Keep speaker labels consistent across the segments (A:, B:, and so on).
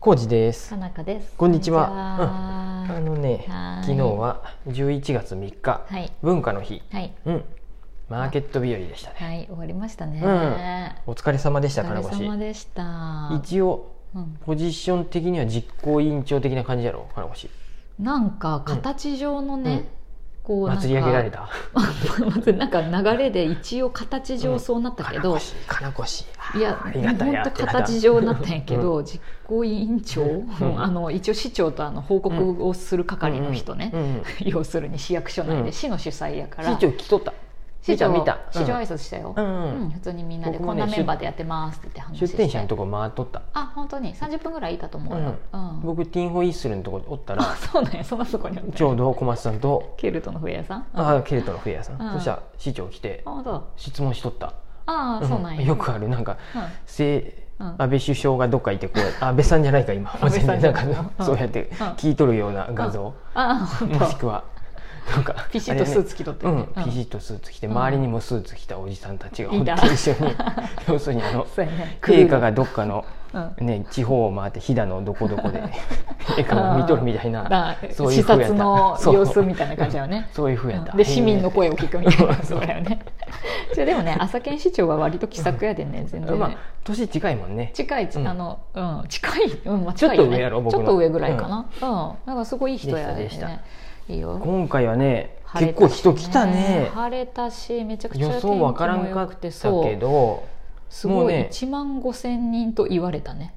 A: 浩二です
B: かなかです
A: こんにちは
B: こんにちは
A: あのね
B: はーい
A: 昨日は11月3日、
B: はい
A: 文化の日
B: はい
A: うんマーケット日和でしたね
B: はい終わりましたね、
A: うんお疲れ様でした
B: お
A: 金
B: 疲れ様
A: 越
B: でした、
A: 一応
B: うん、
A: ポジション的には実行委員長的な感じやろ金越
B: なんか形状のね、
A: うん
B: こうなんか
A: 祭り上げら れた
B: まずなんか流れで一応形上そうなったけど、
A: 金越金越
B: いや
A: ありがたい
B: 本当形
A: 上
B: 上になったんやけど、実行委員長、
A: ん
B: あの一応市長とあの報告をする係の人ね、要するに市役所内
A: う
B: で
A: ん
B: 市の主催やから、
A: 市長来とった
B: 市長
A: 見た見た
B: 市長
A: うん
B: 挨拶したよ、
A: う
B: うんん
A: うん
B: 普通にみんなで
A: 僕
B: こ
A: も
B: ん
A: ね
B: なメンバーでやってますって言って話して
A: 出店者のとこ回っとった
B: あ本当に30分ぐらいいたと思うよ、うん
A: 僕ティンホイッスルのとこおった
B: あ
A: ら
B: そうなんやそんなとこにあった
A: ちょうど小松さんと
B: ケルトの笛屋さん
A: あケルトの冬屋さ
B: うんん
A: そしたら市長来て
B: あ本当
A: 質問しとった
B: ああそうなんや、
A: よくあるなんか
B: うん
A: せ
B: うん
A: 安倍首相がどっかいてこ う安倍さんじゃないか今
B: 安倍さんじ
A: な
B: ゃ
A: ん
B: ない
A: かそうやって聞いとるような画像
B: ああ本
A: もし
B: 当
A: くはなんか
B: ピシッとスー
A: ツ
B: ツ着とって、
A: うんピシッとスーツ着て
B: うん
A: 周りにもスーツ着たおじさんたちが
B: い
A: 本当
B: た
A: に一緒に 要するにあの
B: そうやね
A: 陛下がどっかの
B: うん
A: ね地方を回って飛騨のどこどこで 陛下を見とるみたいな
B: だ
A: そういう
B: 視
A: 風やっ
B: 察
A: た
B: の
A: そう
B: 様子みたいな感じだよね。
A: そういうふうやった
B: で市民の声
A: を
B: を聞くみたいなそうだよね。じゃあでもね朝県市長は割と気さくやでね全然
A: ま
B: ね
A: あ。年近いもんね
B: 近い、
A: うん
B: あのうん近い、うんまあ、近い
A: ち
B: よ
A: ょっと上やろ僕
B: ち
A: の
B: ょっと上ぐらいかな。うん、なんかすごいいい人や
A: でしたで
B: ね。いいよ。
A: 今回はね
B: 晴れ
A: 結
B: たし
A: 構人来たね
B: 晴れたしめちゃくちゃ
A: 予想わからんかったけ
B: そう
A: ど
B: す
A: もう
B: ごい
A: ね
B: 1万5千人と言われたね。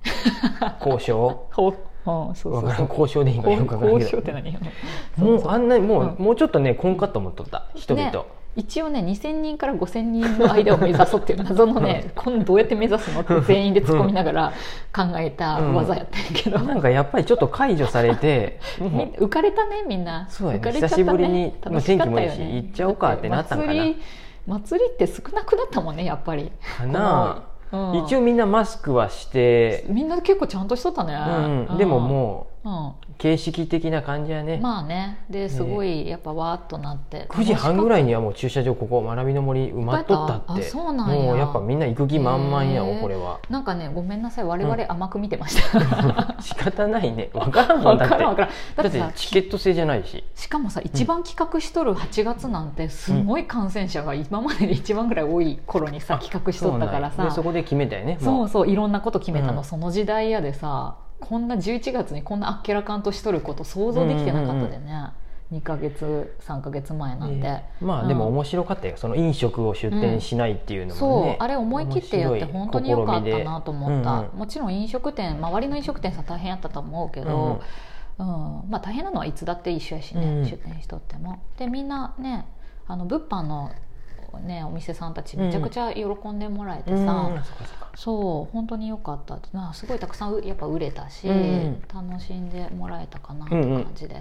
A: 交渉
B: ほ、うん、そう
A: わか
B: そう
A: ら
B: そ
A: ん
B: う。
A: 交渉でいいんかよくわからん
B: 交
A: け
B: 渉っ
A: ど
B: て何よね。
A: もうあんなにもう、
B: うん
A: もうちょっとねこんかと思っとった人々、
B: ね一応ね2000人から5000人の間を目指そうっていう謎の ねこんどうやって目指すのって全員で突っ込みながら考えた技やったんやけど、
A: なんかやっぱりちょっと解除されて
B: み
A: も
B: ん
A: う
B: な浮かれた ねみんな
A: そうやね
B: 浮かれちゃっ
A: 久
B: た
A: しぶりに
B: 楽しかっ
A: まあ天気
B: たよ
A: もいいし行っちゃおうかってなったんかな
B: だって祭り祭りって少なくなったもんねやっぱり
A: かな
B: このうん
A: 一応みんなマスクはして、
B: みんな結構ちゃんとしとったね、
A: うんでもも
B: うん、うん
A: う形式的な感じやね、
B: まあねですごいやっぱわーっとなって、
A: 9時半ぐら
B: い
A: いにはもう駐車場ここ学びの森埋まっとったっ
B: いっぱいい
A: て
B: たあそうなんや
A: もうやっぱみんな行く気満々や
B: へ
A: わ
B: ー
A: これは
B: なんかねごめんなさい我々甘く見てました、
A: 仕方ないね分からんも
B: わ
A: んだ
B: か
A: って
B: らんわからん
A: だ
B: だっ
A: ってて
B: さ
A: チケット制じゃないし
B: しかもさ一番企画しとる8月なんてすごい感染者が今までで一番ぐらい多い頃にさ
A: あ
B: 企画しとったから
A: そうなんやで
B: さ
A: そこで決めたよね
B: そ
A: も
B: う
A: う
B: そういろんなこと決めた
A: う
B: の
A: ん
B: その時代やでさこんな11月にこんなあっけらかんとしとること想像できてなかったでね2ヶ月3ヶ月前なんて
A: ええまあ、
B: うん
A: でも面白かったよその飲食を出店しないっていうのもね、
B: そうあれ思い切ってやって本当に良かったなと思った、もちろん飲食店周りの飲食店さん大変やったと思うけど、うんまあ、大変なのはいつだって一緒やしね、
A: うん
B: 出店しとっても。でみんなねあの物販の、ね、お店さんたちめちゃくちゃ喜んでもらえて
A: 試し
B: さ、
A: のい心でうん
B: そう本当に良かったってまあすごいたくさんうやっぱ売れたし、
A: うん
B: 楽しんでもらえたかなって感じで。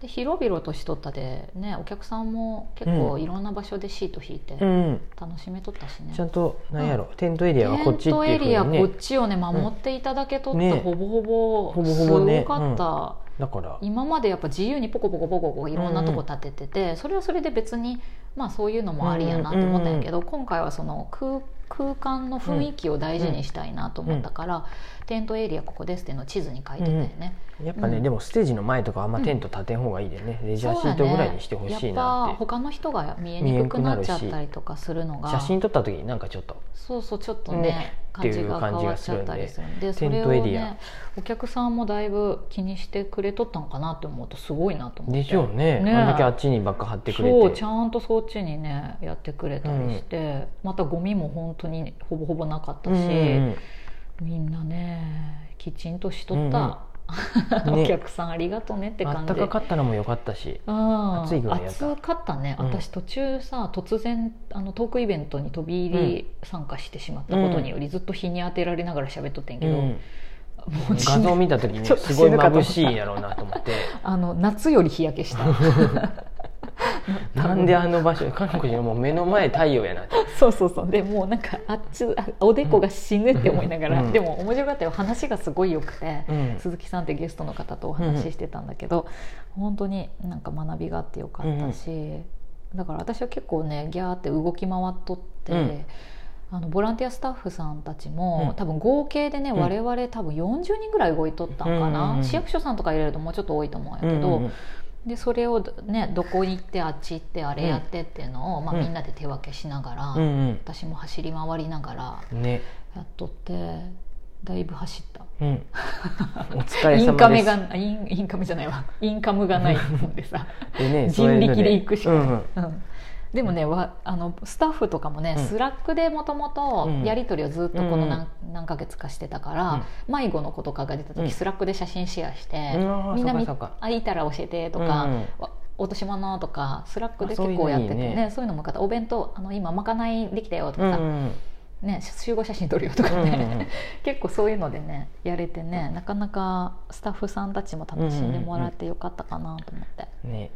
B: で広々としとったで、ね、お客さんも結構いろんな場所でシート引いて
A: うんうん
B: 楽しめとったしね、
A: ちゃんとなんやろ、テントエリアはこっち
B: テ
A: っ
B: ン
A: て
B: ト
A: い
B: エ
A: うふ
B: リア
A: うに
B: こっ
A: ね
B: ちをね守っていただけとって、
A: ね
B: ほぼほぼ
A: ほぼほぼね
B: すごかった、
A: だから
B: 今までやっぱ自由にポコポコポコポコいろんなとこ建ててて、それはそれで別にまあそういうのもありやなと思ったんやけど、今回はその空空間の雰囲気を大事にしたいなと思ったから、テントエリアここですっていうのを地図に書いてたよね、
A: やっぱね、
B: うん
A: でもステージの前とかあんま
B: うん
A: テント立てん方がいいでね、レジャー
B: そう
A: シー
B: だね
A: トぐらいにしてほしい
B: や
A: な
B: っ
A: っ
B: ぱ
A: て、
B: 他の人が見えにくくなっちゃったりとかするのが
A: 写真撮った時になんかちょっと
B: そうそうちょっとね
A: ね
B: 感じが変わっちゃったりするんで
A: ってい
B: そ
A: 感じがするんで
B: う
A: テ
B: れを
A: ントエリア
B: ねお客さんもだいぶ気にしてくれとったんかなって思うとすごいなと思って
A: でしょうね
B: ね
A: あんだけあっちにばっか貼ってくれて
B: そうちゃんとそっちにねやってくれたりして、またゴミも本当にほぼほぼなかったし、
A: うんうん
B: みんなねきちんとしとった、
A: う んね
B: お客さんありがとうねって
A: うん、あ
B: 感
A: っ
B: じ
A: たかかったのも良かったし
B: うん
A: 暑いぐらいやった
B: 暑かったね、
A: うん
B: 私途中さ突然あのトークイベントに飛び入り参加してしまったことにより、ずっと日に当てられながら喋っとってんけど、
A: う
B: も
A: ん
B: う死
A: 画
B: ぬ
A: 像見た時に
B: ちょっと
A: すごい
B: 死ぬかと思
A: 眩
B: った
A: しいやろうなと思 って
B: あの夏より日焼けした
A: なんであの場所韓国のもう目の前太陽や なって
B: そうそうそうでもうなんかあっちあおでこが死ぬって思いながら、
A: うん
B: でも面白かったよ話がすごいよくて、
A: うん
B: 鈴木さんってゲストの方とお話ししてたんだけど、本当になんか学びがあってよかったし、だから私は結構ねギャーって動き回っとって、
A: うん
B: あのボランティアスタッフさんたちも、
A: うん
B: 多分合計でね
A: うん
B: 我々多分40人ぐらい動いとったんかな、
A: うんうんうん
B: 市役所さんとか入れるともうちょっと多いと思うんや
A: うん
B: けど、
A: うんうん
B: でそれをねどこに行ってあっち行ってあれやってっていうのを、まあ、
A: うん
B: みんなで手分けしながら、
A: うん
B: 私も走り回りながら
A: うんね
B: やっとってだいぶ走った。
A: うんお疲れ
B: イン
A: 様
B: カ
A: で
B: メ
A: す
B: がインインカメじゃないわ インカムがないもんで さ、
A: でね
B: 人力で行くしか
A: ない
B: なうん、でもねわあのスタッフとかもね、
A: うん
B: スラックでもともと
A: うん
B: やり取りをずっと
A: う
B: こ
A: んう
B: の
A: ん
B: 何,、何ヶ月かしてたから、迷子の子とかが出た時、
A: うん
B: スラックで写真シェアして、
A: うん
B: みんな
A: あー
B: み
A: そうか
B: あいたら教えてと
A: そう
B: か、
A: うん
B: わ落とし物とかスラックで
A: あそうい
B: 結
A: うのいい
B: 構やってて
A: ね
B: ねそういうのもよかったお弁当あの今まかないできたよと
A: う
B: か
A: ん
B: さ、
A: うん
B: ね、集合写真撮るよと
A: うん
B: か
A: うん
B: ね、結構そういうのでねやれてねなかなかスタッフさんたちも楽しんでもらってよかったかなと思って。
A: うんね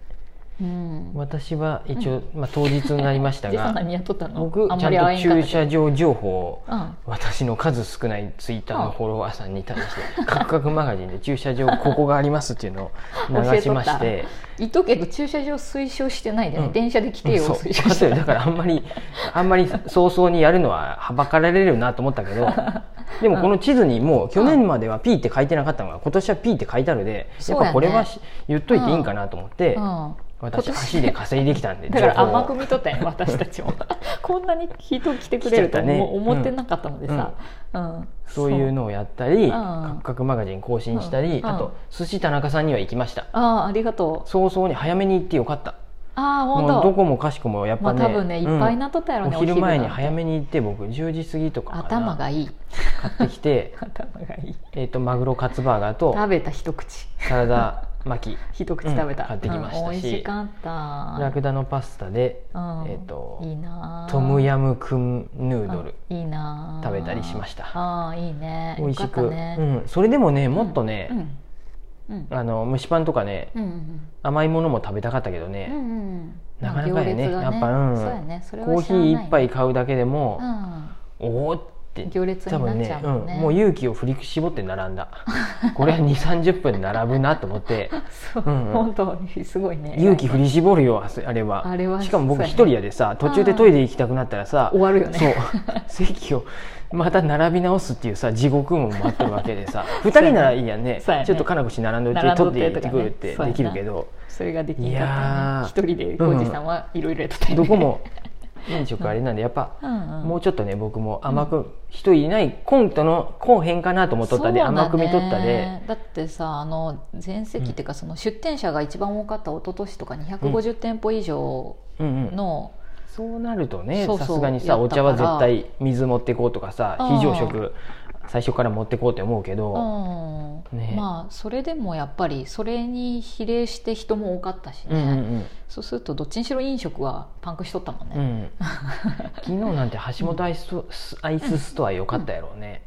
B: うん
A: 私は一応まあ当日になりました
B: ジェイさん
A: が
B: 何やっとったの
A: 僕
B: あん
A: ちゃ
B: まり会
A: ん
B: え
A: と
B: んかっ
A: 駐
B: たけ
A: 車
B: ど
A: 場情報を
B: うん
A: 私の数少ないツイッターのフォロワーさんに対して「 カクカクマガジン」で駐車場ここがありますっていうのを流しまし
B: 教
A: て
B: 言っとくけど駐車場推奨してないでね、
A: うん
B: 電車で来てよ
A: そう
B: 推奨して
A: だ
B: ない
A: からあんまりあんまり早々にやるのははばかられるなと思ったけどでもこの地図にもう去年までは P って書いてなかったのが今年は P って書いてあるで
B: そ
A: や
B: う
A: っ
B: やね
A: ぱこれはし言っといていいんかなと思って
B: うん
A: 私
B: 今年
A: 足で稼いできたんで
B: だから
A: 情報を
B: 甘く見とったよ私たちも こんなに人来てくれる
A: 来
B: と
A: ちゃったね
B: 思思ってなかったのでさ、うん
A: そういう
B: の
A: のをやったり「
B: ん
A: カクカクマガジン」更新したり、
B: うん
A: あ
B: うん
A: と寿司田中さんには行きました
B: ああありがとう
A: 早々に早めに行ってよかった
B: ああ
A: も
B: 本
A: うど
B: 当
A: こもかしこもやっ
B: ま
A: ぱね,、
B: あ多分ねいっぱいなっとったや
A: うん
B: ろうね、
A: お昼前に
B: い
A: 早めに行って僕10時過ぎとかかな
B: 頭がいい
A: 買ってきて、
B: 頭がいい
A: えー、とマグロカツバーガーと
B: 食べた一口
A: サラダ巻き
B: 一口食べた、
A: うん買ってきましたし
B: うん美味しかった
A: ラクダのパスタで、
B: うん
A: えー、と
B: いいなあ
A: トムヤムクンヌードル
B: あいいなあ
A: 食べたりしました
B: ああいいね
A: 美味し
B: よか
A: く、
B: ったね、
A: うん、それでもねもっとね、
B: うんうん
A: あの蒸しパンとかね
B: うんうん
A: 甘いものも食べたかったけどね、
B: うんうん
A: なかなかやね
B: まあ行列が
A: やっぱうん
B: そうやねそれは
A: コーヒー一杯
B: し
A: 買うだけでも
B: ゃ、あない
A: おおって
B: うん行列
A: 多
B: に
A: 分
B: なっ
A: ね
B: ちゃうもんね
A: うん、もう勇気を振り絞って並ん だこれは2三3 0分並ぶなと思って
B: そう、
A: うんうん
B: 本当にすごいね
A: 勇気振り絞るよああれは
B: あれは
A: しかも僕
B: そうや
A: 一
B: ね
A: 人やでさ途中でトイレ行きたくなったらさ
B: 終わるよね
A: そう 席をまた並び直すっていうさ地獄も待ってるわけでさ2人ならいいやんね
B: そうやね
A: ちょっと金口並んどいて
B: 並
A: 取
B: ん
A: っ
B: どいて
A: て行っ
B: とか
A: て
B: ね
A: くるってできるけど、
B: それができ
A: い
B: な
A: やー
B: かったね一人で浩二さんはいろいろやっとったよ
A: ど
B: ね
A: こも飲食あれなんでやっぱ、
B: うんうん
A: もうちょっとね僕も甘く、人いないコントの後編かなと思っとったで、
B: そうだね
A: 甘く見とったで
B: だってさあの全席っていうかその出店者が一番多かった一昨年とか250店舗以上
A: うんうん
B: の、
A: そうなるとね
B: そうそ
A: さ
B: う
A: すがに
B: や
A: さ
B: っ
A: お
B: たから
A: 茶は絶対水持ってこうとかさ
B: あー
A: 非常食最初から持ってこうって思うけど、
B: うん
A: ね
B: まあそれでもやっぱりそれに比例して人も多かったし
A: う
B: ね、
A: んうん
B: そうするとどっちにしろ飲食はパンクしとったもんね、
A: うんうん 昨日なんて橋本アイススアイスストア良かったやろうね、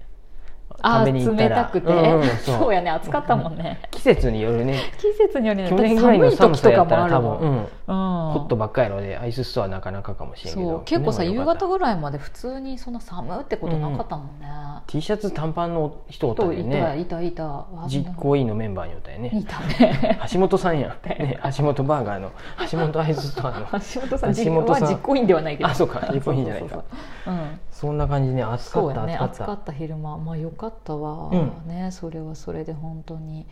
B: ああ
A: 食べに行った
B: 冷
A: ら
B: たくて、
A: うんうん
B: そ
A: そうう
B: やね暑かったもんね、
A: 季節によるね
B: 季節によりね
A: 去年ぐらいの寒さやったら多分、
B: うん、
A: うん、ホットばっかやろでアイスストアなかなかかもしれんけ
B: そ
A: ど
B: う結構さ
A: 去年
B: 夕
A: は良かった
B: 方ぐらいまで普通にそんな寒いってことなかったもんね、
A: T シャツ短パンの人おった
B: と
A: よ
B: いた
A: ね
B: いたいたわ
A: 実行委員のメンバーにおったよね
B: いた ね
A: 橋本さんやん、ね、橋本バーガーの橋本アイスス トアの
B: 橋本さん
A: 橋本さん
B: は実行委員ではないけど
A: あそうか実行委員じゃないか
B: そうそうそううん
A: そんな感じね暑か
B: そう
A: った
B: やね
A: 暑
B: 暑
A: か
B: か
A: っ
B: った昼間まあよかったわ、
A: う
B: ねそれはそれで本当に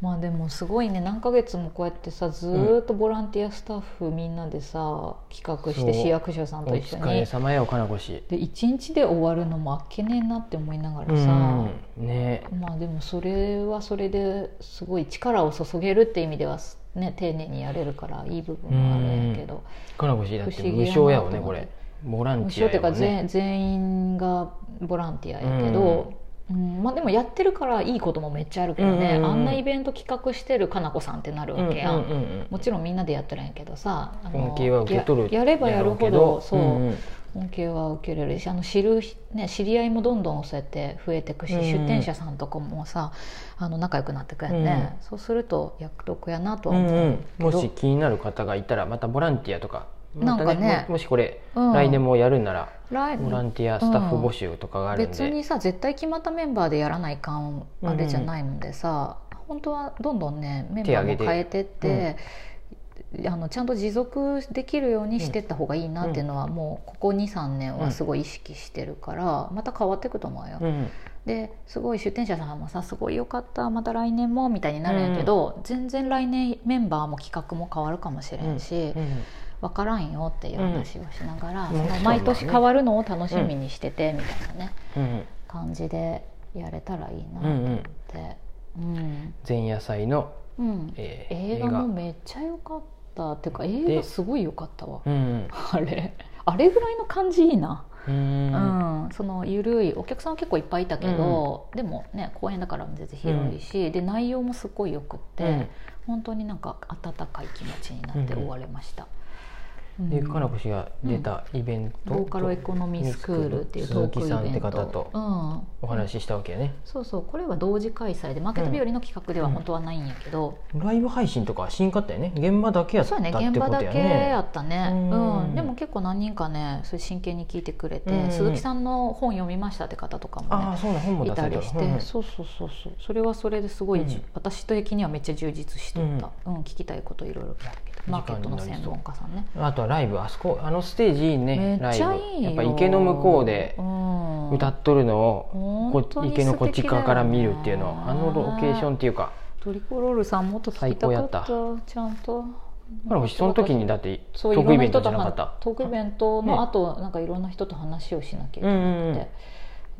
B: まあでもすごいね何ヶ月もこうやってさずーっとボランティアスタッフみんなでさ企画して
A: そう
B: 市役所さん
A: たお
B: と一緒
A: 疲
B: に
A: れ様やおかなこし
B: で一日で終わるのもあっけねえなって思いなが
A: う
B: らさ、
A: んね
B: まあでもそれはそれですごい力を注げるって意味ではすね丁寧にやれるからいい部分もあるんやけど
A: おかなこしだっ
B: 不
A: て
B: 思議やな
A: 無償やもん
B: と
A: ね
B: 思
A: こ
B: って
A: れボラン
B: 無
A: テ
B: 償
A: ィ
B: っ
A: アやもん
B: ていうか
A: ね
B: 全全員がボランティアやけど、うんまあ、でもやってるからいいこともめっちゃあるけどね、
A: うんうんうん
B: あんなイベント企画してるかなこさんってなる
A: うん
B: わ
A: うん
B: けやん。
A: うんうん
B: もちろんみんなでやってるんやけどさあ
A: 恩恵は受け取る
B: ややればやるほど
A: う
B: そう、
A: んうん
B: 恩恵は受けれるしあの知る、ね、知り合いもどんどんそうやって増えていくし、
A: うん
B: 出店者さんとかもさあの仲良くなってくやんね、そうすると役得やなと
A: う
B: は
A: ん
B: 思う、
A: うんもし気になる方がいたらまたボランティアとかまた
B: なんかね
A: ももしこれ
B: うん
A: 来年もやるんなら
B: 来
A: ボランティアスタッフ募集とかがあるん
B: 別
A: で
B: にさ絶対決まったメンバーでやらないかんあれじゃないのでさ、本当はどんどんねメンバーも変えてって、あのちゃんと持続できるようにしてった方がいいなっていうのは、もうここ23年はすごい意識してるから、また変わっていくと思うよ。
A: うん
B: ですごい出店者さんもさ「すごいよかったまた来年も」みたいになるんやけど、全然来年メンバーも企画も変わるかもしれんし、
A: うん
B: 分からんよっていう話をしながら、
A: うん
B: そ
A: まあそ
B: の
A: うだね
B: 毎年変わるのを楽しみにしてて、みたいなね
A: うん
B: 感じでやれたらいいな
A: うんう
B: っ
A: ん
B: て、うん
A: 前夜祭の、
B: うん
A: えー
B: 映画もめっちゃ良かったっていうか映画すごい良かったわ、
A: うん
B: あれあれぐらいの感じいいな。
A: うんうん
B: うん、その緩いお客さんは結構いっぱいいたけど、でもね公園だから全然広いし、で内容もすごいよくって、
A: うん
B: 本当になんか温かい気持ちになって終われました、うん
A: でかなこ氏が出たイベント
B: ボーカルエコノミースクールっていうトークイベント
A: 鈴木さんって方と
B: うん、
A: お話ししたわけやね
B: そうそうこれは同時開催でマーケット日和の企画では本当はないんやけど、
A: ライブ配信とかはしんかったよね現場だけやった
B: そう
A: っ
B: や
A: て
B: ね
A: ことやね
B: 現場だけやったね
A: う
B: うんん、でも結構何人かねそれ真剣に聞いてくれて、
A: うん
B: 鈴木さんの本読みましたって方とかもね
A: ああそうだ本も
B: い
A: 出
B: た
A: され
B: り
A: た
B: して、
A: うんうん
B: そうそうそうそうそれはそれですごい、
A: うん
B: 私的にはめっちゃ充実しとった、うん聞きたいこといろいろ聞いた
A: 時間に
B: けど
A: な
B: マ
A: りそ
B: ーケ
A: う
B: ットの専門家さんね
A: あとはライブあそこあのステージいいね
B: め
A: ラ
B: っ
A: イ
B: ち
A: ブ
B: ゃいい
A: や
B: よ
A: っぱ池の向こうで
B: うん
A: 歌っとるのをこ
B: 本当に素敵だよ
A: 池
B: ね
A: のこっち側から見るっていうのあのロケーションっていうか
B: トリコロールさんもっと聞きた
A: 最高や
B: か
A: っ
B: ったたちゃんと
A: ほらその時にだって
B: そ
A: ト
B: うい
A: ーク
B: ろ
A: イ
B: んな
A: ベント
B: 人
A: じ
B: と
A: ゃなか
B: 話
A: った
B: トークイベントの後、なんかいろんな人と話をしなきゃいけ
A: う
B: な
A: ん
B: くて、
A: うんうん
B: やっ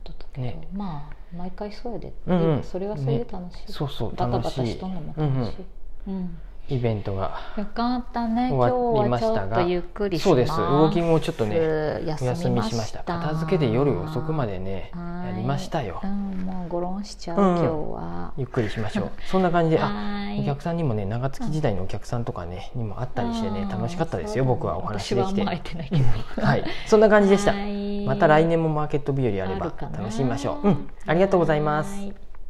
B: とったけど
A: ね
B: まあ毎回そうやで、
A: うんうん
B: それはそれで楽しい、
A: そうそう
B: バタ
A: 楽
B: バタ
A: し
B: し
A: い
B: とんのも楽しい、うん
A: イベントが
B: よかったね今日
A: 終わりまし
B: はちょ
A: た
B: っ
A: が
B: とゆっくりします
A: そうですウォーキングをちょっとねお休
B: 休
A: み
B: み
A: し
B: し
A: ま
B: ま
A: し
B: したた
A: 片付けで夜遅くまでね
B: はい
A: やりましたよ
B: うん、もうゴロンしちゃう、
A: うん
B: 今日は
A: ゆっくりしましょう そんな感じであ
B: はい
A: お客さんにもね長月時代のお客さんとかねにもあったりしてね
B: あー
A: 楽しかったですよ
B: そうだね
A: 僕はお話でき
B: 私はあんま
A: て
B: 空いてないけど
A: はいそんな感じでした
B: はい
A: また来年もマーケット日和あれ
B: あ
A: ば
B: るかな
A: 楽しみましょううんありがとうございます
B: はい